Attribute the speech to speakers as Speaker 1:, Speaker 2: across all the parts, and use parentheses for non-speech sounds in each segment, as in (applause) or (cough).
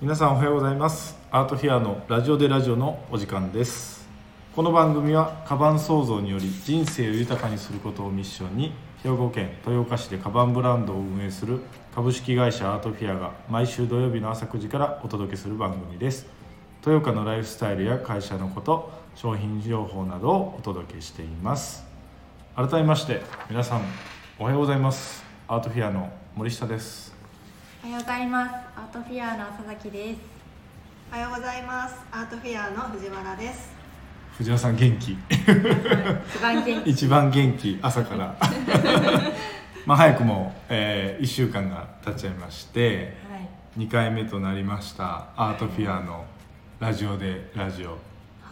Speaker 1: 皆さんおはようございますアートフェアのラジオでラジオのお時間ですこの番組はカバン創造により人生を豊かにすることをミッションに兵庫県豊岡市でカバンブランドを運営する株式会社アートフェアが毎週土曜日の朝9時からお届けする番組です豊岡のライフスタイルや会社のこと商品情報などをお届けしています改めまして皆さんおはようございますアートフェアの森下です
Speaker 2: おはようございます。アートフィアの佐々木です。
Speaker 3: おはようございます。アートフェアの藤原です。
Speaker 1: 藤原さん元気
Speaker 2: 一番元気。
Speaker 1: 一番元気朝から
Speaker 2: (laughs)
Speaker 1: まあ早くも、え1週間が経っちゃいまして
Speaker 2: はい。
Speaker 1: 2回目となりましたアートフィアのラジオでラジオ、
Speaker 2: はい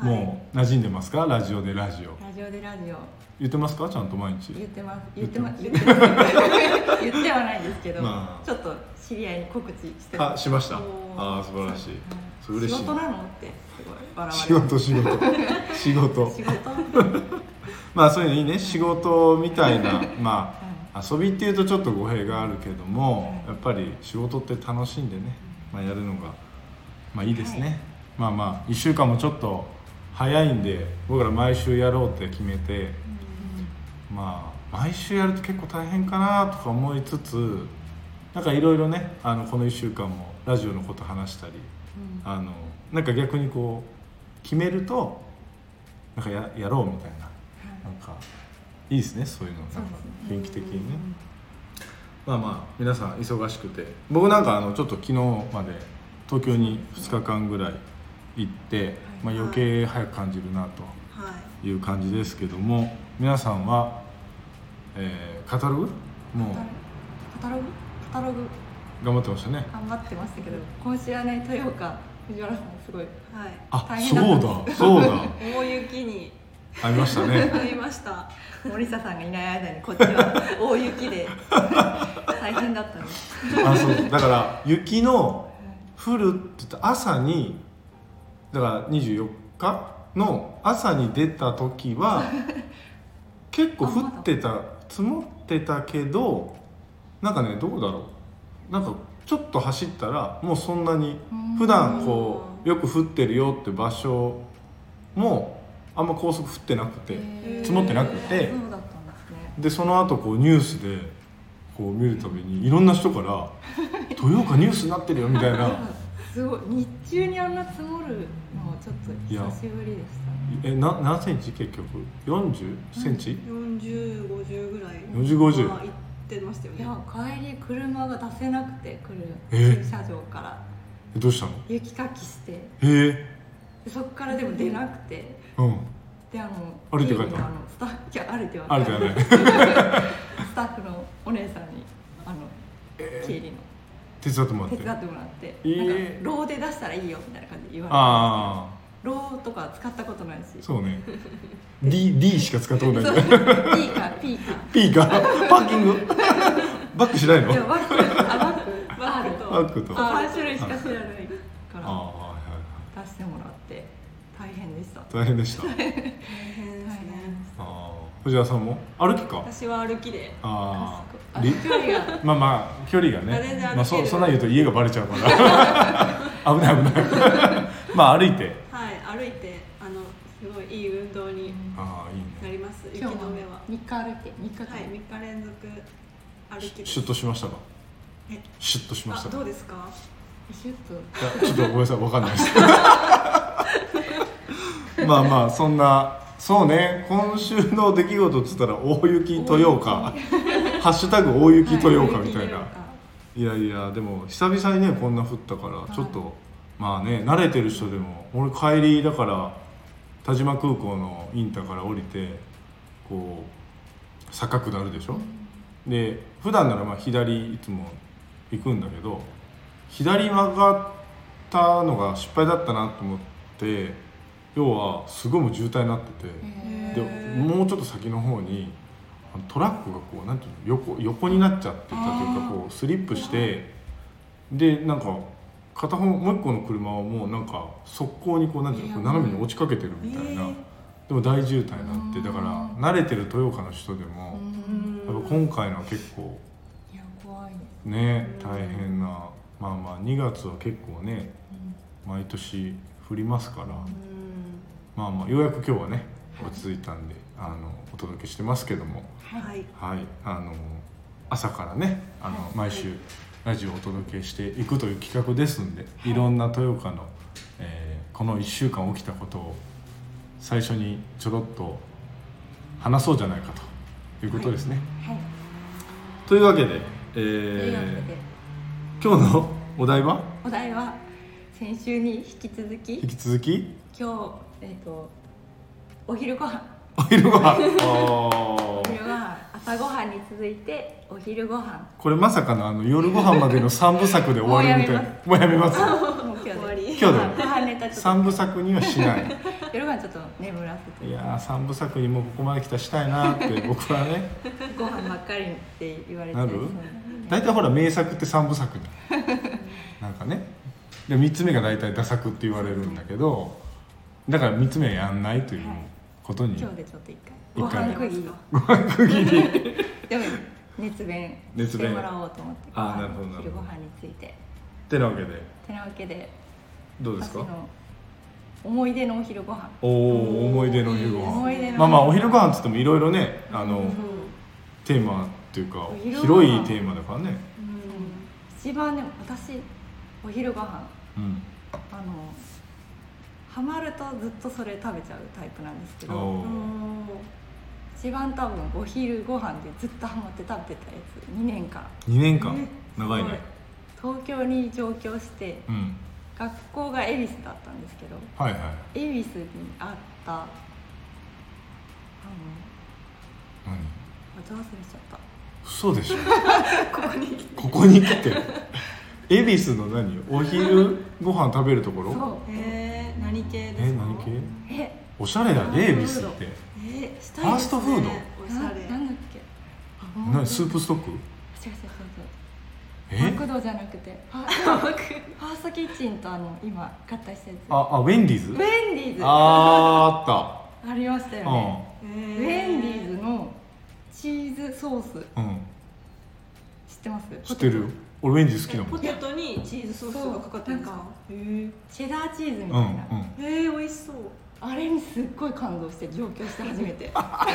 Speaker 1: もう馴染んでますかラジオでラジオ
Speaker 2: ラジオでラジオ
Speaker 1: 言ってますかちゃんと毎日
Speaker 2: 言ってます。
Speaker 1: 言
Speaker 2: 言
Speaker 1: っ
Speaker 2: ってて
Speaker 1: ま
Speaker 2: ますす。言ってます。言ってはないですけど、
Speaker 1: まあ
Speaker 2: ちょっと知り合いに告知して
Speaker 1: あ
Speaker 2: ます。
Speaker 1: しました
Speaker 2: おー
Speaker 1: あー素晴らしいそれ
Speaker 2: はい
Speaker 1: 嬉
Speaker 2: 仕
Speaker 1: しい
Speaker 2: 事なのってすごい笑わ
Speaker 1: 仕
Speaker 2: れる。
Speaker 1: 事仕事仕
Speaker 2: (laughs)
Speaker 1: 事
Speaker 2: 仕事。
Speaker 1: まあそういうのいいね仕事みたい (laughs) なまあ遊びっていうとちょっと語弊があるけどもやっぱり仕事って楽しんでね、まあ、やるのがまあいいですね、
Speaker 2: はい
Speaker 1: まあまあ1週間もちょっと早いんで僕ら毎週やろうって決めてまあ毎週やると結構大変かなとか思いつつなんかいろいろねあのこの1週間もラジオのこと話したり
Speaker 2: うん
Speaker 1: あのなんか逆にこう決めるとなんかややろうみたいななんかいいですねそういうのなんか
Speaker 2: そう
Speaker 1: 雰
Speaker 2: ですね
Speaker 1: 囲気的にねまあまあ皆さん忙しくて僕なんかあのちょっと昨日まで東京に2日間ぐらい行って、まあ、余計早く感じるな
Speaker 3: はい。
Speaker 1: という感じですけども皆さんは、えーカタログも
Speaker 2: カタログ。カタログ。
Speaker 1: う頑張ってましたね
Speaker 2: 頑張ってましたけど、今週はね、豊岡。藤原さんすごい。
Speaker 3: はい。
Speaker 1: あ
Speaker 2: 大変だった
Speaker 1: そうだそうだ
Speaker 3: 大雪に
Speaker 1: ありましたね
Speaker 3: なりました。
Speaker 2: 森下さんがいない間にこっちは大雪で大変だったんです。
Speaker 1: あそうだから雪の降るって言った朝にだから24日の朝に出た時は結構降ってた積もってたけどなんかねどうだろうなんかちょっと走ったらもうそんなに
Speaker 2: うん
Speaker 1: 普段こうよく降ってるよって場所もあんま高速降ってなくて。
Speaker 2: へー
Speaker 1: 積もってなくて
Speaker 2: そうだったんですね
Speaker 1: でその後こうニュースでこう見るたびにいろんな人から「豊岡ニュースになってるよ」みたいな
Speaker 2: すごい日中にあんな積もるのはちょっと久しぶりでしたね
Speaker 1: えな何センチ結局40センチ、
Speaker 3: 四十五十ぐらい。
Speaker 1: 40 50
Speaker 3: まあ行ってましたよ
Speaker 2: い
Speaker 3: ね。
Speaker 2: や帰り車が出せなくて来
Speaker 1: え
Speaker 2: る駐車場から
Speaker 1: えどうしたの
Speaker 2: 雪かきして
Speaker 1: へえ
Speaker 2: でそこからでも出なくて
Speaker 1: うん
Speaker 2: であの
Speaker 1: 歩いて帰ったの
Speaker 2: 家にあのスタッフいや歩いては
Speaker 1: あるじゃない
Speaker 2: スタッフのお姉さんにあの経理の
Speaker 1: 手伝ってもらっ
Speaker 2: 手
Speaker 1: て
Speaker 2: 伝ってもらって
Speaker 1: えー
Speaker 2: なんかローで出したらいいよみたいな感じで言わ
Speaker 1: あ
Speaker 2: れてローとか使ったことないし
Speaker 1: あそうね D, D しか使ったことない
Speaker 2: そう (laughs)
Speaker 1: ね
Speaker 2: P か P か
Speaker 1: P がパーキングバックしないの
Speaker 2: でもバックあバックバールと
Speaker 1: バックとあ
Speaker 2: 3種類しか知らないか
Speaker 1: あ
Speaker 2: ら
Speaker 1: はいはいは
Speaker 2: 出してもらって大変でした
Speaker 1: い大変でした
Speaker 3: 大変で
Speaker 2: 大
Speaker 3: すね。
Speaker 2: 変
Speaker 1: あー藤原さんも歩きか
Speaker 3: 私は歩きで。
Speaker 1: ああ
Speaker 2: あ
Speaker 1: り
Speaker 2: 距離が
Speaker 1: まあまあ距離が
Speaker 3: あれで
Speaker 1: ね
Speaker 3: 歩け、る
Speaker 1: まあ、そそんなん言うと家がバレちゃうから (laughs) 危ない危ない (laughs) まあ歩いて
Speaker 3: はい。歩いてあのすごいいい運動に
Speaker 1: ああいい
Speaker 3: な
Speaker 1: ね
Speaker 3: ります。雪
Speaker 2: 今日
Speaker 3: の
Speaker 2: も
Speaker 3: 上は。
Speaker 2: 3日歩いて3日間、
Speaker 3: はい。三日連続歩きです
Speaker 1: シュッとしましたか
Speaker 3: え
Speaker 1: シュッとしまし
Speaker 3: あ
Speaker 1: たか
Speaker 3: どうですか。
Speaker 2: シュッと
Speaker 1: いやちょっとごめんなさいわかんないです
Speaker 3: (laughs)
Speaker 1: まあまあそんなそうね今週の出来事っつったら大雪豊岡「ハッシュタグ大雪豊岡」みたいな、い、やいやでも久々にねこんな降ったからちょっとまあね慣れてる人でも俺帰りだから田島空港のインタから降りてこう坂下るでしょ、で普段ならまあ左いつも行くんだけど左曲がったのが失敗だったなと思って要はすごいもう渋滞になってて。
Speaker 2: へ
Speaker 1: で
Speaker 2: ー
Speaker 3: へー
Speaker 1: もうちょっと先の方にあのトラックがこうなんていうの横横になっちゃってたというか
Speaker 2: あー
Speaker 1: こうスリップしてでなんか片方もう一個の車はもうなんか側溝にこうなんていうのこう
Speaker 2: いや
Speaker 1: 斜めに落ちかけてるみたいな、
Speaker 3: えー
Speaker 1: でも大渋滞になって
Speaker 2: うん
Speaker 1: だから慣れてる豊岡の人で
Speaker 2: う
Speaker 1: も、
Speaker 2: ん
Speaker 1: やっぱ今回のは結構
Speaker 2: いや怖いです
Speaker 1: ね
Speaker 3: うん
Speaker 1: 大変なまあまあ2月は結構ね毎年降りますから
Speaker 3: うん
Speaker 1: まあまあようやく今日はね落ち着いたんであのお届けしてますけども
Speaker 3: はい
Speaker 1: はいあの朝からねあの毎週ラジオをお届けしていくという企画ですんでいろんな豊岡の、えーこの1週間起きたことを最初にちょろっと話そうじゃないかということですね。
Speaker 2: はい
Speaker 1: というわけで,、え
Speaker 2: というわけ
Speaker 1: ー
Speaker 2: で
Speaker 1: 今日のお題は
Speaker 2: お題は先週に引き続き
Speaker 1: 引き続き
Speaker 2: 今日えっ、とお昼ご飯
Speaker 1: お昼ご飯お
Speaker 2: お
Speaker 1: ー
Speaker 2: 昼ご飯朝ご飯に続いてお昼ご飯
Speaker 1: これまさかのあの夜ご飯までの三部作で終わるみたいなもうやめます
Speaker 2: (laughs) もう今日で
Speaker 3: 終わり
Speaker 1: 今日で
Speaker 2: まあご飯ネタちょっ
Speaker 1: (laughs) 三部作にはしない
Speaker 2: と夜ご飯ちょっと眠らせ
Speaker 1: い
Speaker 2: て
Speaker 1: やー三部作にもうここまで来たしたいなって僕はね
Speaker 2: ご飯ばっかりって言われて
Speaker 1: なる
Speaker 2: そう
Speaker 1: 大体ほら名作って三部作じゃんなんかねで3つ目が大体ダ作って言われるんだけどだから3つ目はやんないということに
Speaker 2: 今日でちょっと一回ご
Speaker 1: 一回
Speaker 2: 飯区切り
Speaker 1: ご飯区切り
Speaker 2: (laughs) でも熱弁
Speaker 1: 熱
Speaker 2: して
Speaker 1: 弁
Speaker 2: もらおうと思って
Speaker 1: あーなるほどなるほど
Speaker 2: 昼ご飯について
Speaker 1: てなわけで
Speaker 2: てなわけで
Speaker 1: どうですか
Speaker 2: 私の思い出のお昼ご飯
Speaker 1: おお思い出の夕ご
Speaker 2: 思
Speaker 1: 飯
Speaker 2: い出の
Speaker 1: まあまあお昼ご飯っつってもいろいろねあの、
Speaker 3: うん
Speaker 1: テーマっていうか
Speaker 2: お昼ご飯
Speaker 1: 広いテーマだからね
Speaker 3: うん
Speaker 2: 一番ね私お昼ご飯
Speaker 1: うん
Speaker 2: あのハマるとずっとそれ食べちゃうタイプなんですけど
Speaker 1: おー
Speaker 2: 一番多分お昼ご飯でずっとハマって食べてたやつ2年間
Speaker 1: 2年間長い
Speaker 2: は
Speaker 1: ね
Speaker 2: い東京に上京して
Speaker 1: うん
Speaker 2: 学校が恵比寿だったんですけど
Speaker 1: はいはい
Speaker 2: 恵比寿にあったあの
Speaker 1: 何
Speaker 2: あどう忘れちゃった (laughs)
Speaker 1: 嘘でしょ (laughs)
Speaker 2: ここに来て
Speaker 1: ここに来て恵比寿の何お昼ご飯食べるところ
Speaker 2: そう
Speaker 3: えー何系で
Speaker 1: え
Speaker 3: すか
Speaker 1: 何系
Speaker 2: え
Speaker 1: おしゃれだね
Speaker 2: フ
Speaker 1: 恵
Speaker 2: ード
Speaker 1: 比寿って
Speaker 3: えーしたいですね
Speaker 1: ファーストフード
Speaker 3: お
Speaker 2: な
Speaker 3: し
Speaker 2: な
Speaker 3: ゃれ
Speaker 2: んだっけ
Speaker 1: 何スープストック
Speaker 2: 違う違う違う違うマ
Speaker 1: え
Speaker 2: クドじゃなくてファーファーストキッチンとあの今合体したやつ
Speaker 1: ああウェンディー
Speaker 2: ウ
Speaker 1: ズ
Speaker 2: ェンディーズあ
Speaker 1: あーあっ
Speaker 2: りました
Speaker 1: た
Speaker 2: よ
Speaker 1: う
Speaker 2: ね、
Speaker 1: ん
Speaker 3: ウ
Speaker 2: ウェンディーズのチーズソース
Speaker 1: うん
Speaker 2: 知ってます
Speaker 1: 知ってるよ俺ウェンディー好きだも
Speaker 3: ポ
Speaker 1: ん
Speaker 3: テトにチーズソースがかかってるんですかへー
Speaker 2: チェダーチーズみ
Speaker 1: う
Speaker 2: た
Speaker 1: ん
Speaker 2: いな、
Speaker 1: うん
Speaker 3: えー美味しそう
Speaker 2: あれにすっごい感動して上京して
Speaker 1: (laughs)
Speaker 2: 初めて
Speaker 1: あ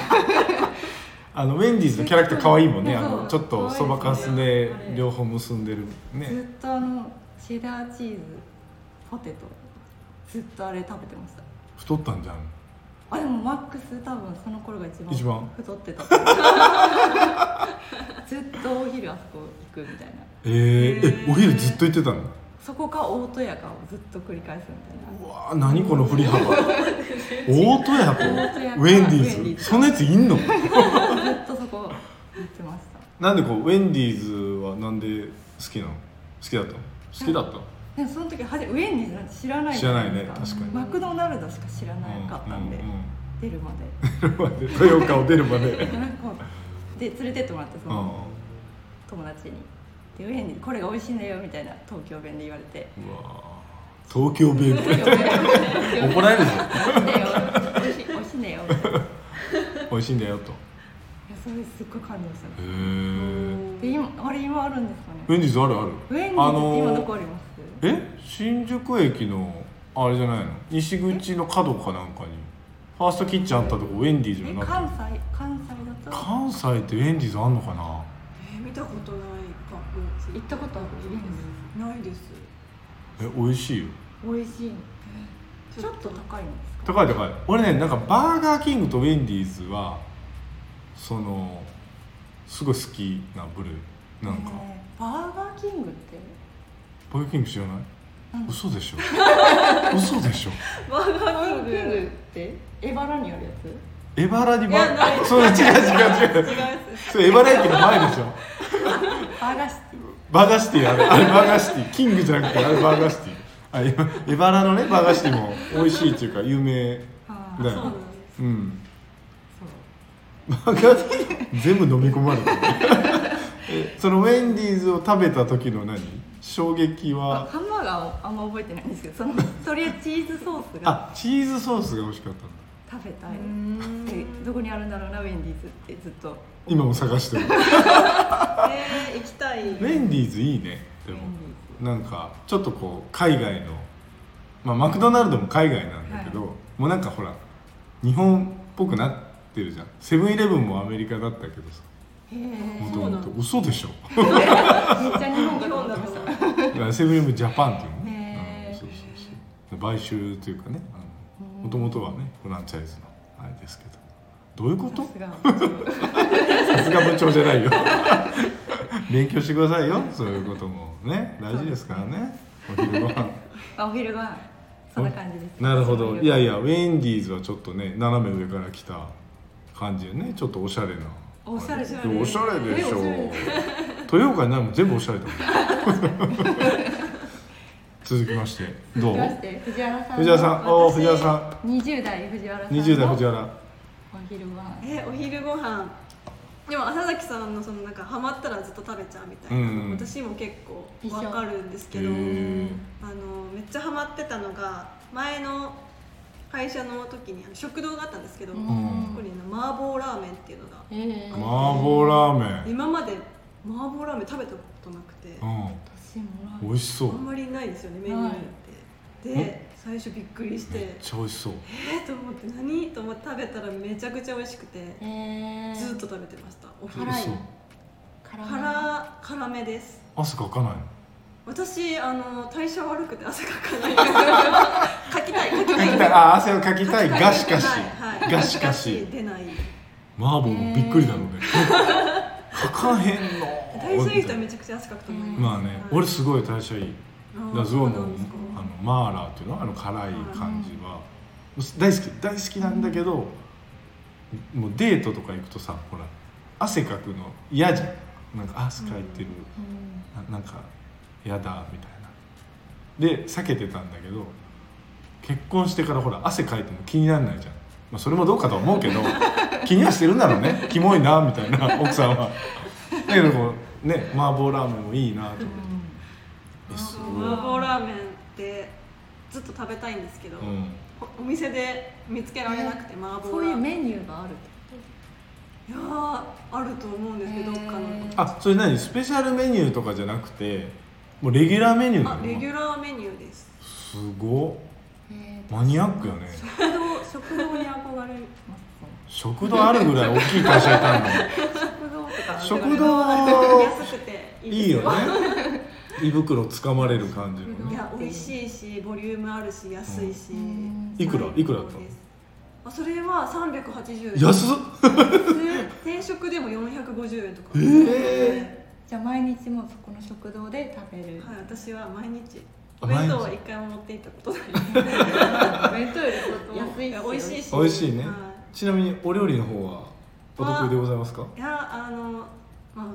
Speaker 1: のウェンディーズのキャラクター可愛いもんねあのち
Speaker 2: そ
Speaker 1: ょ
Speaker 2: う
Speaker 1: っとそばかすで
Speaker 3: 可愛いですね
Speaker 1: 両方結んでるね
Speaker 2: ずっとあのチェダーチーズポテトずっとあれ食べてました
Speaker 1: 太ったんじゃん
Speaker 2: あでもマックス多分その頃が一番
Speaker 1: 一番
Speaker 2: 太ってた (laughs) ずっとお昼あそこ行くみたいな
Speaker 1: えー、
Speaker 3: へ
Speaker 1: え
Speaker 3: ー
Speaker 1: お昼ずっと行ってたの
Speaker 2: そこか大戸屋かをずっと繰り返すみたいう
Speaker 1: わー何この振り幅大戸屋と
Speaker 2: 大戸屋と
Speaker 1: ウェンディ
Speaker 2: ウェンデ
Speaker 1: ー
Speaker 2: ィー
Speaker 1: ズ
Speaker 2: ズ
Speaker 1: そんなやついんの
Speaker 2: なずっとそこ行ってました
Speaker 1: なんでこうウェンディーズはなんで好きなの好きだったの好きだったの
Speaker 2: でもその時はじウェンディーズなんて知らない
Speaker 1: 知らないね
Speaker 2: です
Speaker 1: 確かに
Speaker 2: マクドナルドしか知らなかったんで、
Speaker 1: う
Speaker 2: 出るまで
Speaker 1: んうんうん豊岡を出るまで
Speaker 2: なんかこうで連れてってもらってそ
Speaker 1: うんう
Speaker 2: の友達に「でウェンディーこれが美味しいんだよ」みたいな東京弁で言われて
Speaker 1: わー東京弁
Speaker 2: 「東京
Speaker 1: (laughs)
Speaker 2: 弁
Speaker 1: 怒られるぞ
Speaker 2: 美味しい美味しいんだよ」みたいないや
Speaker 1: 美味しいんだよとへ
Speaker 2: それすっごい感動したの
Speaker 1: えウ
Speaker 2: で今あれ今あるんですかね
Speaker 1: ェンディーズあるある
Speaker 2: ウェンディ
Speaker 1: あ
Speaker 2: ーズって今
Speaker 1: の
Speaker 2: ど
Speaker 1: ー
Speaker 2: こあります、
Speaker 1: え新宿駅のあれじゃないの西口の角かなんかにファーストキッチンあったとこウェンディーズ
Speaker 2: え
Speaker 1: じゃなくて
Speaker 2: 関西関西だと
Speaker 1: 関西ってウェンディーズあんのかな
Speaker 3: えー見たことないかも
Speaker 2: 行ったことある
Speaker 3: ないです
Speaker 1: え美味しいよ
Speaker 2: 美味しいち
Speaker 3: ち
Speaker 2: ょ
Speaker 3: ょ
Speaker 2: っ
Speaker 3: っ
Speaker 2: と
Speaker 3: と
Speaker 2: 高いんですか
Speaker 1: 高い高い俺ねなんかバーガーキングとウェンディーズはそのすごい好きなブルーなんか
Speaker 2: ねえバーガーキングって
Speaker 1: バーガーキング知らない
Speaker 2: うん
Speaker 1: 嘘でしょ (laughs) 嘘でしょ
Speaker 3: バー
Speaker 2: バ
Speaker 3: ガ
Speaker 2: ーガ
Speaker 3: ーキ
Speaker 2: ー
Speaker 3: ング
Speaker 2: キングってエバラにあるやつ
Speaker 1: エバラに
Speaker 3: いやな
Speaker 1: あ (laughs)
Speaker 3: い
Speaker 1: それ違う違う違う
Speaker 3: 違うや
Speaker 1: それエバラ駅の前でしょ
Speaker 2: バーガーシティ
Speaker 1: バーガーシティあれあれバーガーシティキングじゃなくてあれバーガーシティあエバエバラのねバーガーシティも美味しいっていうか有名
Speaker 2: あ
Speaker 1: だ
Speaker 2: ー
Speaker 3: つそう
Speaker 1: よ
Speaker 3: な
Speaker 1: ね
Speaker 3: んです
Speaker 1: うん
Speaker 2: そ
Speaker 1: バ
Speaker 2: う
Speaker 1: ーガー (laughs) 全部飲み込まれてるえそのウェンディーズを食べた時の何衝撃
Speaker 2: あ
Speaker 1: は
Speaker 2: ハンバーガーをあんま覚えてないんですけどそのそれチーズソースが
Speaker 1: あチーズソースが美味しかったんだ
Speaker 2: 食べた
Speaker 3: う
Speaker 2: い
Speaker 3: ん
Speaker 2: でどこにあるんだろうなウェンディーズってずっと
Speaker 1: 今も探してるウ
Speaker 3: えー行きたい
Speaker 1: ェンディーズいいねで
Speaker 2: ウェ
Speaker 1: も
Speaker 2: ンディーズ
Speaker 1: なんかちょっとこう海外の、まあ、マクドナルドも海外なんだけど、
Speaker 2: は
Speaker 1: もうなんかほら日本っぽくなってるじゃんセブンイレブンもアメリカだったけどさ
Speaker 2: へえ
Speaker 1: も
Speaker 2: そ
Speaker 1: と
Speaker 2: う
Speaker 1: も
Speaker 2: なの
Speaker 1: と嘘でしょ
Speaker 2: めっちゃ日本
Speaker 3: 日
Speaker 2: が
Speaker 3: 本だ
Speaker 2: だ
Speaker 3: と
Speaker 2: と思
Speaker 3: 思う
Speaker 2: っ
Speaker 1: だからセブンイレブンジャパンっていうの
Speaker 2: へ
Speaker 1: ね、
Speaker 2: ー
Speaker 1: うんそうそうそう買収というかねもともとはねフランチャイズのあれですけどどういうこ
Speaker 2: た
Speaker 1: と
Speaker 2: さすが
Speaker 1: さすが部長じゃないよ勉強してくださいよそういうこともね大事ですからねお昼ご飯
Speaker 2: あお昼ご飯そんな感じです
Speaker 1: なるほどいやいやウェンディーズはちょっとね斜め上から来た感じでねちょっとおしゃれな
Speaker 2: おしゃれじゃ
Speaker 1: でもおしゃれでしょ
Speaker 2: え
Speaker 1: 豊岡にないもん全部おしゃれだもん続きましてど
Speaker 4: 続
Speaker 1: う
Speaker 4: きまして藤原さん
Speaker 1: 藤原さんおー藤原さ
Speaker 4: ん20代藤原さんの
Speaker 1: 20代藤原
Speaker 4: お昼は
Speaker 3: えお昼ご飯でも朝崎さんのそのなんかハマったらずっと食べちゃうみたいな、
Speaker 1: うん
Speaker 3: 私も結
Speaker 4: 一
Speaker 3: 構
Speaker 4: 緒
Speaker 3: わかるんですけど
Speaker 1: へー
Speaker 3: あのめっちゃハマってたのが前の会社の時にあの食堂があったんですけど、
Speaker 4: う
Speaker 3: こ
Speaker 4: ん
Speaker 3: こにね麻婆ラーメンっていうのが
Speaker 4: えー
Speaker 1: 麻婆ラーメン
Speaker 3: 今まで麻婆ラーメン食べたことなくて、
Speaker 4: 私もらう
Speaker 1: うん美味しそう
Speaker 3: あん
Speaker 1: めっ
Speaker 3: まりないですよねメニューって、
Speaker 1: はいう
Speaker 3: で最初びっくりして
Speaker 1: ちゃ美味しそう
Speaker 3: えー、と思って何と思って食べたらめちゃくちゃ美味しくて
Speaker 4: えー
Speaker 3: ずっと食べてましたお
Speaker 4: 辛い
Speaker 1: 嘘
Speaker 4: 辛
Speaker 3: 辛辛めです
Speaker 1: 汗かかないの
Speaker 3: 私あの代謝悪くて汗かかない
Speaker 1: (laughs)
Speaker 3: かきたいかきた
Speaker 1: か
Speaker 3: い
Speaker 1: きたいあ汗をかきたいがしかし
Speaker 3: はい
Speaker 1: がしかし
Speaker 3: 出ない
Speaker 1: 麻婆もびっくりだろうねかかへんの
Speaker 3: 代謝いい人はめちゃくちゃ汗かくと思い
Speaker 1: ま
Speaker 3: ま
Speaker 1: あ
Speaker 3: す
Speaker 1: ね俺すごい代謝いいだから
Speaker 3: あ
Speaker 1: ゾウ
Speaker 3: そう
Speaker 1: の
Speaker 3: なんですか
Speaker 1: あのマーラーっていうのあの辛い感じは、大好き大好きなんだけど、もうデートとか行くとさほら汗かくの嫌じゃんなんか汗かいてる、
Speaker 4: うん
Speaker 1: ななんか嫌だみたいなで避けてたんだけど結婚してからほら汗かいても気にならないじゃん、まあ、それもどうかとは思うけど気にはしてるんだろうねキモいなみたいな奥さんはだけどこうね麻婆ラーメンもいいなと思って、えすごい
Speaker 3: 麻婆ラーメンってずっと食べたいんですけど、
Speaker 1: うん
Speaker 3: おお店で見つけられなくて麻婆ラーメン
Speaker 4: そういうメニューがある
Speaker 3: いやーあると思うんですけど、どっかの
Speaker 1: あそれ何スペシャルメニューとかじゃなくてもうレギュラーメニューな
Speaker 3: あレギ
Speaker 1: の
Speaker 3: ュラーメニューです
Speaker 1: すご
Speaker 4: え
Speaker 1: っマニアックよね
Speaker 3: 食堂食堂に憧れる
Speaker 1: 食堂あるぐらい大きい会社いたのに
Speaker 3: (laughs)
Speaker 4: 食堂とか
Speaker 1: 食堂
Speaker 3: 安くていいです
Speaker 1: いいよ (laughs) ね胃袋つかまれる感じの
Speaker 3: い
Speaker 1: ね
Speaker 3: や美味しいしボリュームあるし安いし、
Speaker 4: うん
Speaker 1: いくらいくらだったの
Speaker 3: ですあそれは380円
Speaker 1: 安っ
Speaker 3: で定食でも450円とか
Speaker 1: えー
Speaker 4: じゃあ毎日もそこの食堂で食
Speaker 1: (laughs)
Speaker 4: べる
Speaker 3: はい、私は毎日
Speaker 1: あ
Speaker 3: お
Speaker 1: 毎日
Speaker 3: 弁当は一回も持って行ったことない
Speaker 4: 弁当より相当安い
Speaker 3: いや美味しいし
Speaker 1: 美味しいね
Speaker 3: は
Speaker 1: ちなみにお料理の方はお得意でございますか
Speaker 3: い、いやあのまああの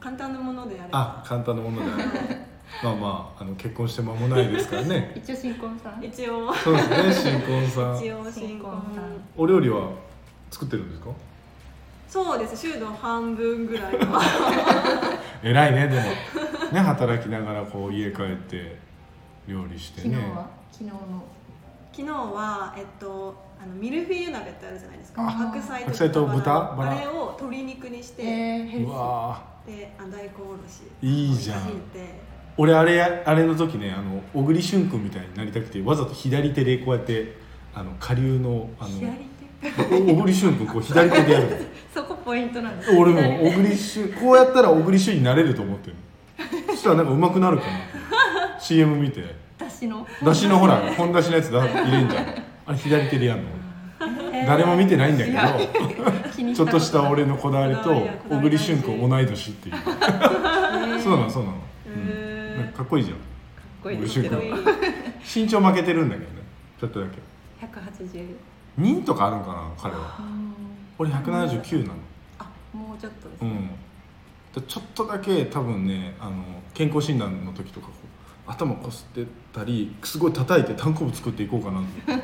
Speaker 3: 簡単なものであれ
Speaker 1: あ
Speaker 3: ば
Speaker 1: 簡単なものであれ
Speaker 3: (laughs)
Speaker 1: ばまあまああの結婚して間もないですから
Speaker 2: (laughs)
Speaker 1: ね
Speaker 4: 一応新婚さん
Speaker 3: 一応
Speaker 1: そうですね新婚さ
Speaker 3: 一
Speaker 1: ん
Speaker 3: 応新婚
Speaker 4: 新婚さん
Speaker 1: お料理は作ってるんですか
Speaker 3: そうです週の半分ぐらいは
Speaker 1: 偉いねでもね働きながらこう家帰って料理して
Speaker 4: 昨日
Speaker 1: ね
Speaker 4: は昨日の
Speaker 3: 昨日はえっとあのミルフィーユ鍋ってあるじゃないですか
Speaker 4: あー
Speaker 3: 白菜
Speaker 1: 白菜と豚バラ
Speaker 3: あれを鶏肉にして、
Speaker 4: えーヘル
Speaker 1: う
Speaker 4: シー
Speaker 1: わ
Speaker 3: であ大根おろし
Speaker 1: ーいいじゃ
Speaker 3: 敷い
Speaker 1: ん
Speaker 3: て
Speaker 1: 俺あれあれの時ねあの小栗旬君みたいになりたくてわざと左手でこうやってあの下流のあ
Speaker 3: 左
Speaker 1: の
Speaker 3: 手
Speaker 1: (laughs) 小栗旬君こう左手でやる
Speaker 4: そこポイントなんです
Speaker 1: の俺も小栗旬こうやったら小栗旬になれると思ってるそしたらなんか上手くなるかな CM 見て
Speaker 4: 私の
Speaker 1: 出汁のほら本出しのやつだ入れんじゃんあれ左手でやるの誰も見てないんだけど
Speaker 4: 気に
Speaker 1: ちょっとした
Speaker 4: こと
Speaker 1: 俺のこだわり
Speaker 3: こだわ
Speaker 1: と
Speaker 3: りはこだ
Speaker 1: 小
Speaker 3: わ
Speaker 1: 栗
Speaker 3: り大事
Speaker 1: 旬君同い年っていうそうなのそうなの、うん
Speaker 3: へ
Speaker 1: なん
Speaker 3: ー
Speaker 1: かかっこいいじゃん
Speaker 4: こいい
Speaker 1: 小
Speaker 4: で
Speaker 1: 栗
Speaker 4: す
Speaker 1: 旬
Speaker 4: け
Speaker 1: 君
Speaker 4: ど
Speaker 3: かっこいい
Speaker 1: 身長負けてるんだけどねちょっとだけ
Speaker 4: 180
Speaker 1: 2とかあるんかな彼は
Speaker 4: うん
Speaker 1: 俺179なの
Speaker 4: あもうちょっとです
Speaker 1: う
Speaker 4: ね
Speaker 1: んでちょっとだけ多分ねあの健康診断の時とかこう頭こすってたりすごい叩いて単行部作っていこ
Speaker 4: (laughs)
Speaker 1: うかなって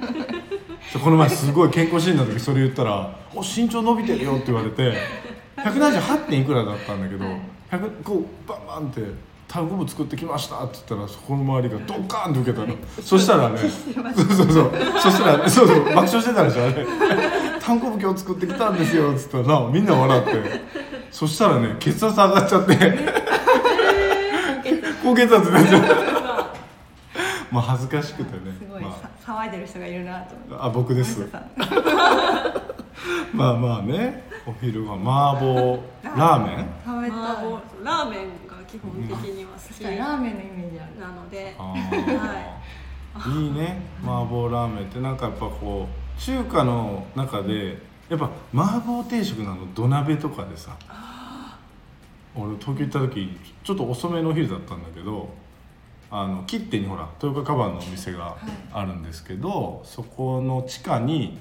Speaker 1: でこの前すごい健康診断の時それ言ったら「お身長伸びてるよ」って言われて178点いくらだったんだけど、
Speaker 4: はい
Speaker 1: 100こうバンバンって単行部作ってきましたって言ったらそこの周りがドカーンって受けたの、そした
Speaker 4: (laughs)
Speaker 1: らねそうそうそうそしたらそうそう爆笑してたでしょあれ単行部今日作ってきたんですよっつったらなみんな笑ってそしたらね血圧上がっちゃって
Speaker 4: 献血
Speaker 1: 高血圧になっちゃう
Speaker 2: そう
Speaker 1: まあ恥ずかしくてね
Speaker 4: すごい、
Speaker 1: ま
Speaker 4: さ騒いでる人がいるなと思って。
Speaker 1: あ、あ僕です
Speaker 4: 森下さん
Speaker 1: (laughs) まあまあねお昼は麻婆ラーメン
Speaker 4: 食べ
Speaker 3: 麻
Speaker 4: たい
Speaker 3: 婆ラーメンが基本的には好
Speaker 4: 確
Speaker 3: き
Speaker 4: かにラーメンのイメージある。
Speaker 3: なので
Speaker 1: あーいいね麻婆ラーメンってなんかやっぱこう中華の中でやっぱ麻婆定食なの土鍋とかでさ俺東京行った時ちょっと遅めのお昼だったんだけどあの切手にほら豊川カバンのお店があるんですけど、そこの地下に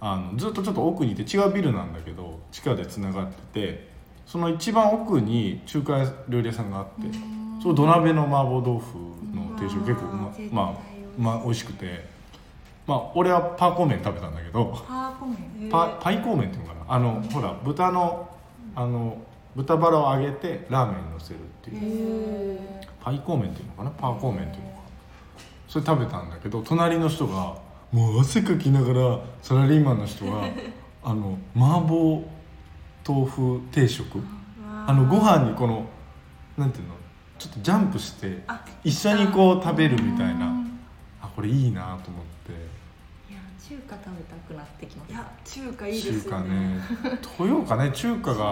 Speaker 1: あのずっとちょっと奥にいて違うビルなんだけど地下でつながっててその一番奥に中華料理屋さんがあってその土鍋の麻婆豆腐の定食結構うま
Speaker 4: うん
Speaker 1: まあ、まあ、美味しくてまあ俺はパーコーメン食べたんだけど
Speaker 4: パーコメン。
Speaker 3: へー
Speaker 1: パパイコーメンっていうのかなあのほら豚のあの豚バラを揚げてラーメンにのせるっていう。
Speaker 4: へ
Speaker 1: パイコーメンっていうのかなパーコーメンっていうのかなそれ食べたんだけど隣の人がもう汗かきながらサラリーマンの人 (laughs) があの麻婆豆腐定食あのご飯にこのなんていうのちょっとジャンプして
Speaker 3: あ
Speaker 1: 一緒にこう食べるみたい
Speaker 4: い
Speaker 1: なあこれいいなと思っ
Speaker 4: や中華食べたくなってきま
Speaker 3: い
Speaker 4: す。
Speaker 3: や中華
Speaker 1: て
Speaker 3: いいです
Speaker 1: 中
Speaker 3: よ
Speaker 1: 華ね豊岡
Speaker 3: ね
Speaker 1: ね中華が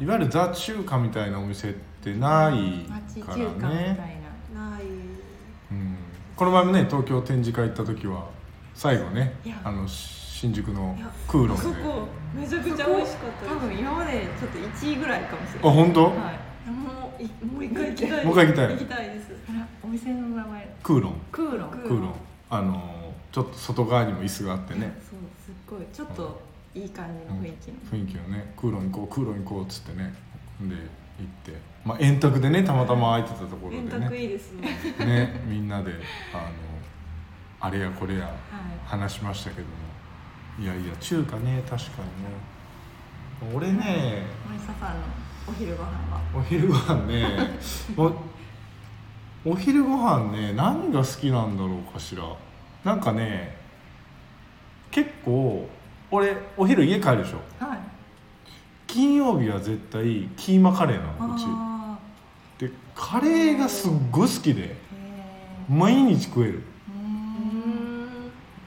Speaker 1: いわゆるザ中華みたいなお店ってない
Speaker 4: 町
Speaker 1: か
Speaker 4: 中華みた
Speaker 1: ら
Speaker 4: い
Speaker 1: ね
Speaker 4: な。
Speaker 3: ない
Speaker 1: うんこの前もね東京展示会行った時は最後ね
Speaker 4: いや
Speaker 1: あのし新宿の
Speaker 3: いや
Speaker 1: 空
Speaker 3: あ
Speaker 1: 論
Speaker 3: そ
Speaker 1: であ
Speaker 3: こめちゃくちゃ美味しかったで
Speaker 4: 多
Speaker 3: す
Speaker 4: 分今までちょっと1位ぐらいかもしれない。
Speaker 1: 本当
Speaker 4: はい。
Speaker 3: もういもう一回行きたいです
Speaker 1: もう一回行きたい
Speaker 3: 行きたいです
Speaker 4: あらお店の名前
Speaker 1: 空論
Speaker 4: クーロン。
Speaker 3: クーロ
Speaker 1: 空
Speaker 3: ン
Speaker 1: 論あのちょっと外側にも椅子があってね
Speaker 4: そうすっごいちょっといい感じの雰囲気の。
Speaker 1: 雰囲気をね空論行こう空論行こうっつってねで行ってまあ円卓でねたまたま空いてたところで
Speaker 3: 円卓
Speaker 1: ね
Speaker 3: いいですね
Speaker 1: ねみんなであのあれやこれや
Speaker 4: はい。
Speaker 1: 話しましたけどもいやいや中華ね確かにね俺ね
Speaker 4: 森下さんのお昼ご飯は。
Speaker 1: お昼ご飯ね (laughs) おお昼ご飯ね何が好きなんだろうかしらなんかね結構俺お昼家帰るでしょ
Speaker 4: はい。
Speaker 1: 金曜日は絶対キーマカレーなのうち
Speaker 4: あ
Speaker 1: でカレーがすっごい好きで
Speaker 4: あ。へえ。
Speaker 1: 毎日食える
Speaker 4: う
Speaker 3: うー
Speaker 4: ん。
Speaker 3: ん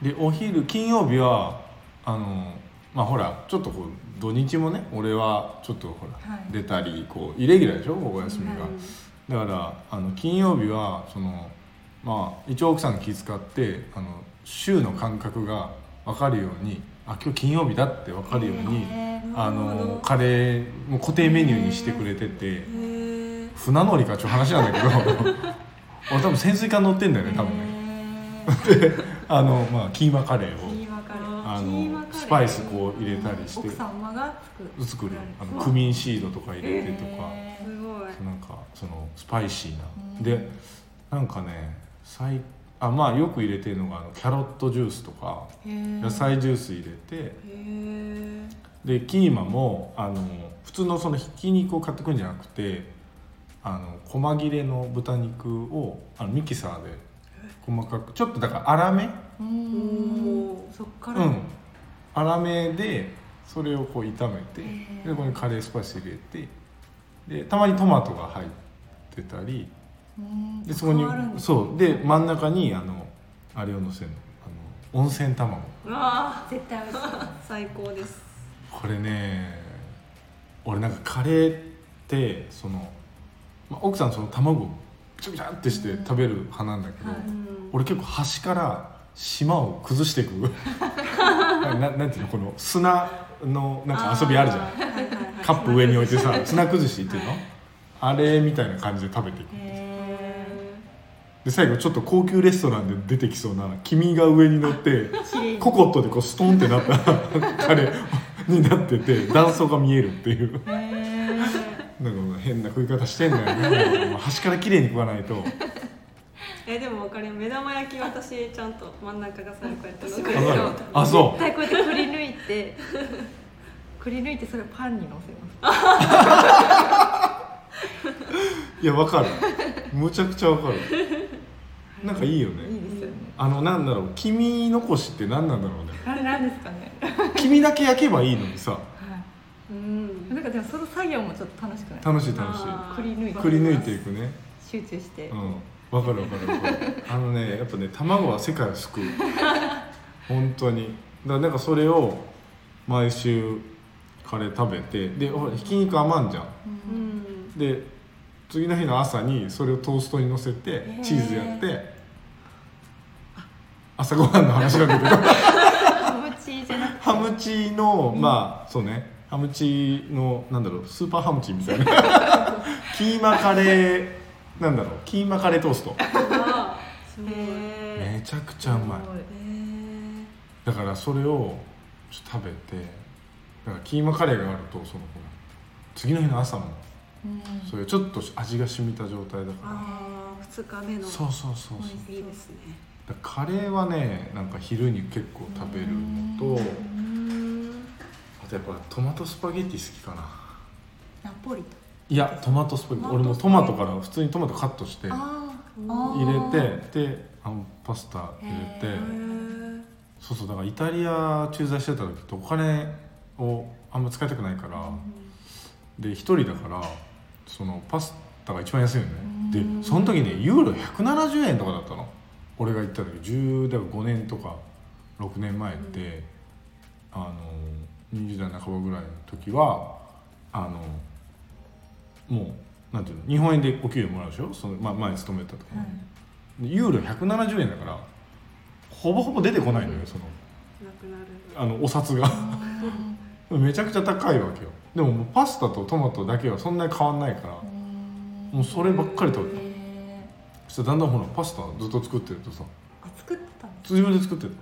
Speaker 1: でお昼金曜日はあのまあほらちょっとこう土日もね俺はちょっとほら、
Speaker 4: はい
Speaker 1: 出たりこうイレギュラーでしょお休みが、
Speaker 3: うん
Speaker 1: だからあの金曜日はそのまあ一応奥さんに気遣ってあの週の感覚が分かるようにあ今日金曜日だって分かるように、
Speaker 4: へー
Speaker 1: あ
Speaker 3: なるほど
Speaker 1: のカレーも固定メニューにしてくれてて、
Speaker 3: へえ
Speaker 1: 船乗りかちょっと話なんだけど俺多分潜水艦乗ってんだよね多分ね、
Speaker 4: へ
Speaker 1: あのまあキーマカレー
Speaker 4: え。いい
Speaker 1: を
Speaker 4: わかる。
Speaker 1: あ
Speaker 4: キーマカレー
Speaker 1: のスパイスこう入れたりして
Speaker 4: 奥様が作る
Speaker 1: 作るあの
Speaker 4: そう
Speaker 1: クミンシードとか入れてとか。
Speaker 4: へ
Speaker 3: すごい
Speaker 1: なんかそのスパイシーな、
Speaker 4: うん
Speaker 1: でなんかねさいあまあよく入れてるのがあのキャロットジュースとか
Speaker 4: ー
Speaker 1: 野菜ジュース入れて
Speaker 3: へえ
Speaker 1: でキーマもあの普通のそのひき肉を買ってくんじゃなくてあの細切れの豚肉をあのミキサーで細かくちょっとだから粗め
Speaker 4: うーん
Speaker 3: おー
Speaker 4: そっから
Speaker 1: うん粗めでそれをこう炒めて
Speaker 4: へー
Speaker 1: でここにカレースパイス入れてでたまにトマトが入ってたり
Speaker 4: うーん
Speaker 1: でそこに
Speaker 4: 変わるんだ
Speaker 1: そうで真ん中にあのあれをのせるのあの温泉卵
Speaker 3: うわ
Speaker 4: 絶対美味しい
Speaker 3: あ最高です
Speaker 1: これね俺なんかカレーってその、まあ、奥さんその卵をピチャピチャってして食べる派なんだけど、
Speaker 4: はい
Speaker 3: うん
Speaker 1: 俺結構端から島を崩していくななんていうのこの砂のなんか遊びあるじゃん
Speaker 3: ーはいはいはい
Speaker 1: カップ上に置いてさ砂崩しっていうの、あれみたいな感じで食べていく
Speaker 4: へ
Speaker 1: で最後ちょっと高級レストランで出てきそうな君が上に乗って
Speaker 4: ー綺麗に
Speaker 1: ココットでこうストンってなった彼になってて断層が見えるっていう
Speaker 4: へー
Speaker 1: なんかもう変な食い方してんだよねもう端から綺麗に食わないと
Speaker 3: えでもわかる目玉焼き私ちゃんと真ん中が最高やったの
Speaker 1: わかるあそ
Speaker 4: 絶対こうやってくり抜いてくり抜いてそれをパンにのせま
Speaker 1: ういやわかるむちゃくちゃわかるなんかいいよ
Speaker 4: すいい
Speaker 1: ね
Speaker 4: ですよね
Speaker 1: あのなんだろう黄身残しって何なんだろうね
Speaker 4: あれなんですかね
Speaker 1: 黄身だけ焼けばいいのにさ
Speaker 4: は
Speaker 3: うん
Speaker 4: いなんかでもその作業もちょっと楽しくない
Speaker 1: 楽しい楽し
Speaker 3: あ
Speaker 1: い
Speaker 4: くり抜いて
Speaker 1: くり抜いていくね
Speaker 4: 集中して、
Speaker 1: うんわかるわかるわかるあのねやっぱね卵は世界を救う本当にだからなんかそれを毎週カレー食べてでほらひき肉余んじゃん
Speaker 3: うん
Speaker 1: で次の日の朝にそれをトーストにのせて
Speaker 2: ー
Speaker 1: チーズやってあ朝ごはんの話だけど
Speaker 4: ハムチーじゃなくて
Speaker 1: ハムチのまあそうねハムチのなんだろうスーパーハムチみたいなキーマカレーなんだろうキーマカレートースト
Speaker 3: あーすごい
Speaker 1: めちゃくちゃうまい
Speaker 4: すご
Speaker 3: えー
Speaker 1: だからそれをちょっと食べてだからキーマカレーがあるとそのほら次の日の朝も
Speaker 4: うん
Speaker 1: そういうちょっと味が染みた状態だか
Speaker 3: ああ二日目
Speaker 1: ら
Speaker 3: の
Speaker 1: そうそうそうそう
Speaker 3: いいですね
Speaker 1: だからカレーはねなんか昼に結構食べるのと
Speaker 4: うん
Speaker 1: あとやっぱトマトスパゲティ好きかな
Speaker 4: ナポリタ
Speaker 1: いやトマトスパゲティ俺もトマトから普通にトマトカットして入
Speaker 4: あ
Speaker 3: ー
Speaker 1: れてであのパスタ入れ
Speaker 4: へ
Speaker 1: て
Speaker 3: へ
Speaker 4: ー
Speaker 3: ー
Speaker 1: そうそうだからイタリア駐在してた時ってお金をあんま使いたくないから、で一人だからそのパスタが一番安いのね
Speaker 4: うん
Speaker 1: でその時ねユーロ170円とかだったの俺が行った時10だから5年とか6年前って、あの20代半ばぐらいの時はあのもうなんていうの日本円でお給料もらうでしょその、ま、前勤めたとか、でユーロ170円だからほぼほぼ出てこないのよその
Speaker 3: なくなる
Speaker 1: あのお札が。 (laughs) めちゃくちゃ高いわけよでももうパスタとトマトだけはそんなに変わんないからもうそればっかり食べたそしたらだんだんほらパスタずっと作ってるとさ
Speaker 4: あ作ってたの
Speaker 1: 自分で作ってる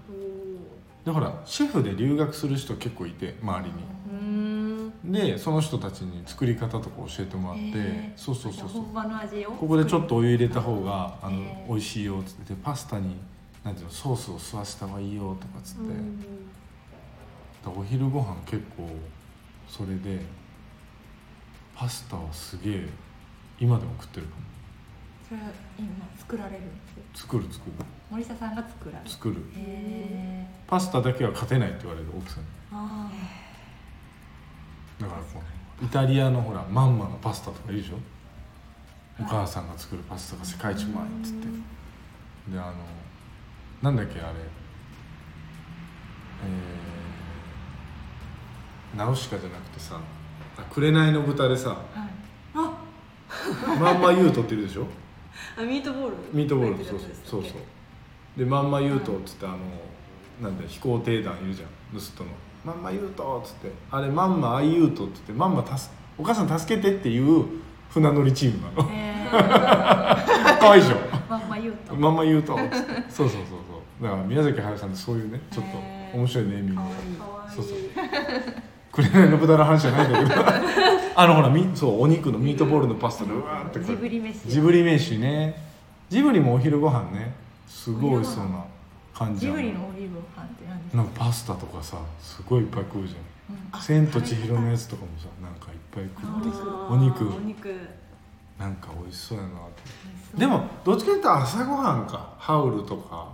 Speaker 3: おー
Speaker 1: だからシェフで留学する人結構いて周りに
Speaker 3: うん
Speaker 1: でその人たちに作り方とか教えてもらって、
Speaker 4: へー
Speaker 1: そうそうそうそう
Speaker 4: 本場の味を
Speaker 1: ここでちょっとお湯入れた方があの
Speaker 4: へー
Speaker 1: 美味しいよっつってでパスタになんていうのソースを吸わせた方がいいよとかっつって、
Speaker 3: うん
Speaker 1: だからお昼ご飯結構それでパスタはすげえ今でも食ってるかも
Speaker 4: それは今作られるんですよ
Speaker 1: 作る作る
Speaker 4: 森下さんが作られる
Speaker 1: 作る
Speaker 4: へ
Speaker 1: パスタだけは勝てないって言われる奥さん
Speaker 4: ー
Speaker 1: に
Speaker 4: あ
Speaker 1: だからこうイタリアのほらまんまのパスタとかいいでしょお母さんが作るパスタが世界一うまいっつってであのなんだっけあれえー、ナウシカじゃなくてさあ紅の豚でさ
Speaker 4: ーはい
Speaker 3: あ
Speaker 1: まんま言うとってるでしょ
Speaker 3: あミートボール
Speaker 1: ミートボール
Speaker 3: 入って
Speaker 1: そ
Speaker 3: る
Speaker 1: う
Speaker 3: やつ
Speaker 1: そう
Speaker 3: でしたっ
Speaker 1: そうそう
Speaker 3: け
Speaker 1: でまんま言うとっつってあのなんだよ飛行艇団いるじゃん盗人のまんま言うとっつってあれまんまあいうとっつってまんまたすお母さん助けてっていう船乗りチーム
Speaker 4: (laughs)
Speaker 1: なの
Speaker 4: え
Speaker 1: かわいいでし
Speaker 4: ー、まんま言うと
Speaker 1: ょまんま言うとっつってそうそうそうそうだから宮崎駿さんってそういうねちょっ
Speaker 4: へ
Speaker 1: と
Speaker 4: ー
Speaker 1: 面白いネーミング
Speaker 4: かわいい
Speaker 3: かわいい
Speaker 1: そうそう紅の豚の話じゃないんだけどあのほらみそうお肉のミートボールのパスタでうわーってこう
Speaker 4: ジブリ飯
Speaker 1: ジブリ飯ねジブリもお昼ご飯ねすごい美味しそうな感じ
Speaker 4: ジ
Speaker 1: や
Speaker 4: ブ
Speaker 1: な
Speaker 4: リのオリーブご飯って何ですか、
Speaker 1: なんかパスタとかさすごいいっぱい食うじゃ
Speaker 4: うん
Speaker 1: 「
Speaker 4: あ
Speaker 1: 千と千尋のやつ」とかもさなんかいっぱい
Speaker 3: あ
Speaker 1: 食って
Speaker 3: ー
Speaker 1: お肉
Speaker 3: お肉
Speaker 1: なんか美味しそうやなって
Speaker 4: そう
Speaker 1: でもどっちかというと朝ごはんかハウルとか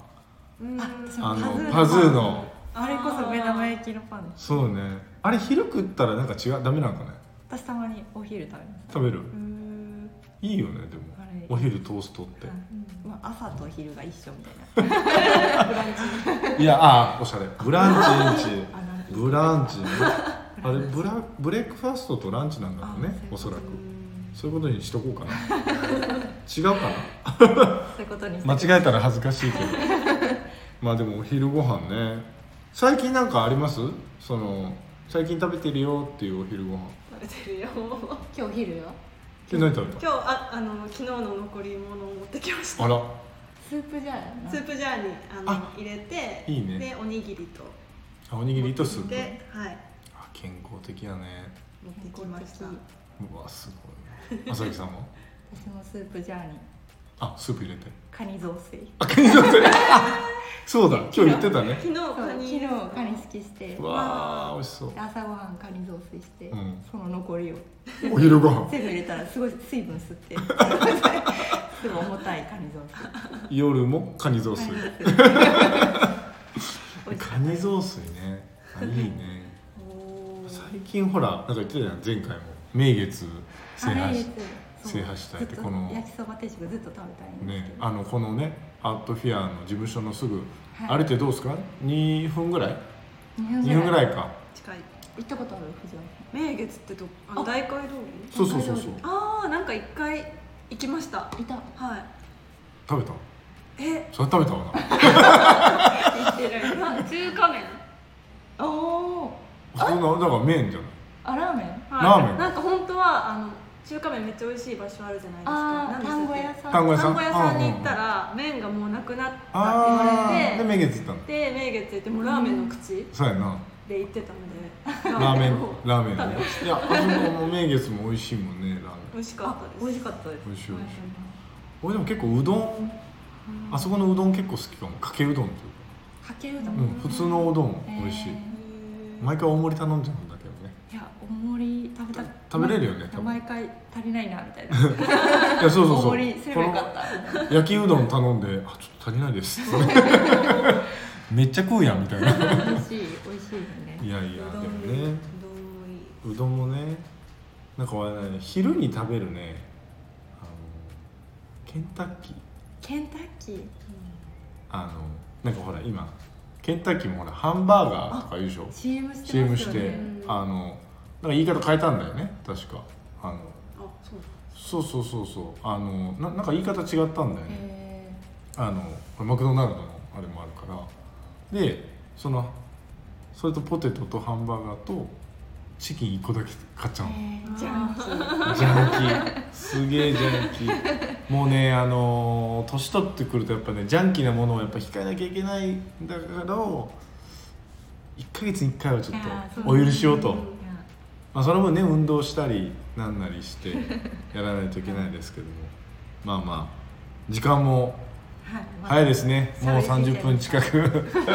Speaker 3: うん
Speaker 4: あそう
Speaker 1: あのパ
Speaker 4: パ
Speaker 1: ズ
Speaker 4: ズ
Speaker 1: ー
Speaker 4: ー
Speaker 1: の
Speaker 4: あれこそ目玉焼きのパン
Speaker 1: そうねあれ昼食ったらなんか違うダメなんかね
Speaker 4: 私たまにお昼食べます
Speaker 1: 食べる
Speaker 3: うん
Speaker 1: いいよねでも
Speaker 4: あれ
Speaker 1: お昼トーストって
Speaker 4: はいまあ、朝と昼が一緒みたいない
Speaker 1: やああおしゃれブランチインチ
Speaker 4: あなんていう
Speaker 1: ブランチねあれブラブレックファーストとランチなんだろうね
Speaker 4: あ
Speaker 1: おそらく
Speaker 3: うん
Speaker 1: そういうことにしとこうかな違うか
Speaker 4: そういうことにして
Speaker 1: な間違えたら恥ずかしいけど (laughs) まあでもお昼ご飯ね最近なんかありますその最近食べてるよっていうお昼ご飯
Speaker 3: 食べてるよ
Speaker 4: 今日昼よ
Speaker 1: え何食べ
Speaker 3: 今日ああの昨日の残り物を持ってきました
Speaker 1: たあら
Speaker 4: スープじゃない
Speaker 3: スープジャーにあの
Speaker 1: あ
Speaker 3: 入れて
Speaker 1: いいね
Speaker 3: でおにぎりと
Speaker 1: おにぎりとスープ
Speaker 3: ではい
Speaker 1: あ健康的やね
Speaker 3: 持ってきました
Speaker 4: 健康
Speaker 1: うわすごい朝日さんも
Speaker 4: 私もスープジャーに
Speaker 1: あスープ入れて
Speaker 4: カニ雑炊
Speaker 1: あ気になってあ (laughs) そうだ今日言ってたね
Speaker 3: 昨日
Speaker 4: そう
Speaker 3: カ
Speaker 4: 昨
Speaker 3: ニ
Speaker 4: 日カニ好きして
Speaker 1: うわあ美味しそう
Speaker 4: 朝ごはんカニ雑炊して、
Speaker 1: うん
Speaker 4: その残りを
Speaker 1: お昼ご飯
Speaker 4: 全部入れたらすごい水分吸ってすごい重たいカニ雑炊
Speaker 1: 夜もカニ雑炊
Speaker 4: 美味しか
Speaker 1: カ
Speaker 4: った
Speaker 1: ニ雑炊ねあいいね
Speaker 3: おー
Speaker 1: 最近ほらなんか言ってたじゃん前回も名月制
Speaker 4: カレ
Speaker 1: 覇
Speaker 4: ー
Speaker 1: し
Speaker 4: そう
Speaker 1: 制覇したいって
Speaker 4: ずっ
Speaker 1: ことの
Speaker 4: 焼きそば定食ずっと食べたいんです
Speaker 1: ね
Speaker 4: け、ど、
Speaker 1: あのこのねアットフィアの事務所のすぐ、
Speaker 4: はい
Speaker 1: あれってどうですか2分ぐらい
Speaker 4: 2
Speaker 1: 2分ぐら
Speaker 4: い
Speaker 1: いか
Speaker 3: 近い
Speaker 4: 行ったことある藤原
Speaker 3: 名月ってとあの
Speaker 4: あ
Speaker 3: 大会通り
Speaker 1: そうそうそうそう
Speaker 3: ああなんか一回行きました
Speaker 4: さんいた
Speaker 3: はい
Speaker 1: 食べた (laughs)
Speaker 3: え
Speaker 1: それ食べたわな
Speaker 4: 行ってる
Speaker 3: 中華麺
Speaker 4: おお
Speaker 1: そんなだから麺じゃない
Speaker 4: あラーメン
Speaker 3: はい
Speaker 1: ラーメン
Speaker 3: なんか本当はあの中華麺めっちゃ美味しい場所あるじゃないですか
Speaker 4: あ
Speaker 3: な
Speaker 4: あ
Speaker 3: んでしたっ
Speaker 4: 単
Speaker 3: け
Speaker 4: 語屋さん
Speaker 1: 単語屋さん
Speaker 3: 丹後屋さんに行ったら麺がもうなくなったって言
Speaker 1: あ
Speaker 3: わ
Speaker 1: あで
Speaker 3: れ
Speaker 1: 名月行ったの
Speaker 3: てで名月行ってもうラーメンの口
Speaker 1: そうやな
Speaker 3: で行ってたので
Speaker 1: ラーメン
Speaker 3: を
Speaker 1: ラーメンねいやあそこも名月も美味しいもんねラーメン
Speaker 3: 美味しか
Speaker 4: あ
Speaker 3: った
Speaker 4: 美
Speaker 3: で
Speaker 4: 味
Speaker 3: す
Speaker 4: しかったです
Speaker 1: 美味しい美味しい俺でも結構うどんあそこのうどん結構好きかもかけうどんっていう
Speaker 4: かけうどん、
Speaker 1: か、うん、普通のうどん美味しい、
Speaker 4: え
Speaker 1: 毎回大盛り頼んじゃうんだけどね
Speaker 4: ーいや大盛り食べた
Speaker 1: 食べれるよね多分
Speaker 4: 毎回足りないなみたい
Speaker 1: (laughs)
Speaker 4: な
Speaker 1: いやそうそうそう
Speaker 4: 大盛りすればよかったみたいな
Speaker 1: 焼きうどん頼んで「あちょっと足りないです」めっちゃ食うやんみたいな
Speaker 4: 美味しい美味しいよね
Speaker 1: いやいやでもね
Speaker 3: うどんもいいう
Speaker 1: どんもねなんか俺ね昼に食べるねあのケンタッキー
Speaker 4: ケンタッキー
Speaker 1: あのなんかほら今ケンタッキーもほらハンバーガーとか言うでしょ
Speaker 4: CM して
Speaker 1: CM
Speaker 4: ます
Speaker 1: し
Speaker 4: よ
Speaker 1: て
Speaker 4: ね
Speaker 1: あのなんか言い方変えたんだよね確かあの
Speaker 3: あそう
Speaker 1: そうそうそうそうあのななんか言い方違ったんだよね、
Speaker 4: え
Speaker 1: あのこれマクドナルドのあれもあるからでそのそれとポテトとハンバーガーとチキン1個だけ買っちゃうの、
Speaker 4: ージャンキー (laughs)
Speaker 1: ジャンキーすげえジャンキーもうねあのー年取ってくるとやっぱねジャンキーなものをやっぱ控えなきゃいけないんだから1ヶ月に1回はちょっ
Speaker 4: いやーそう
Speaker 1: とお許しをと、
Speaker 4: いや
Speaker 1: まあ、その分ね運動したりなんなりしてやらないといけないですけどもまあまあ時間も
Speaker 4: はいまあ
Speaker 1: 早いですねもう
Speaker 4: 喋り
Speaker 1: 30分
Speaker 4: すぎちゃ
Speaker 1: 近く (laughs)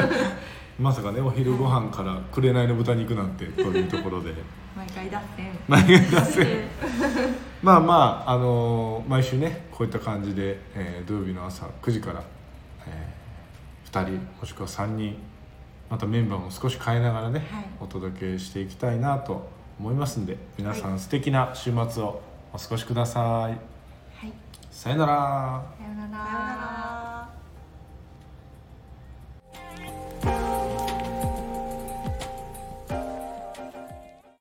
Speaker 1: まさかねお昼ご飯から紅の豚肉なんてというとこ
Speaker 4: (laughs)
Speaker 1: ろで
Speaker 4: 毎回脱線
Speaker 1: まあまあ、あのー毎週ねこういった感じで、えー土曜日の朝9時から、え2人もしくは3人またメンバーも少し変えながらね、
Speaker 4: はい
Speaker 1: お届けしていきたいなと思いますんで皆さん素敵な週末をお過ごしください、
Speaker 4: はい
Speaker 1: さよなら
Speaker 4: さようなら
Speaker 3: さよなら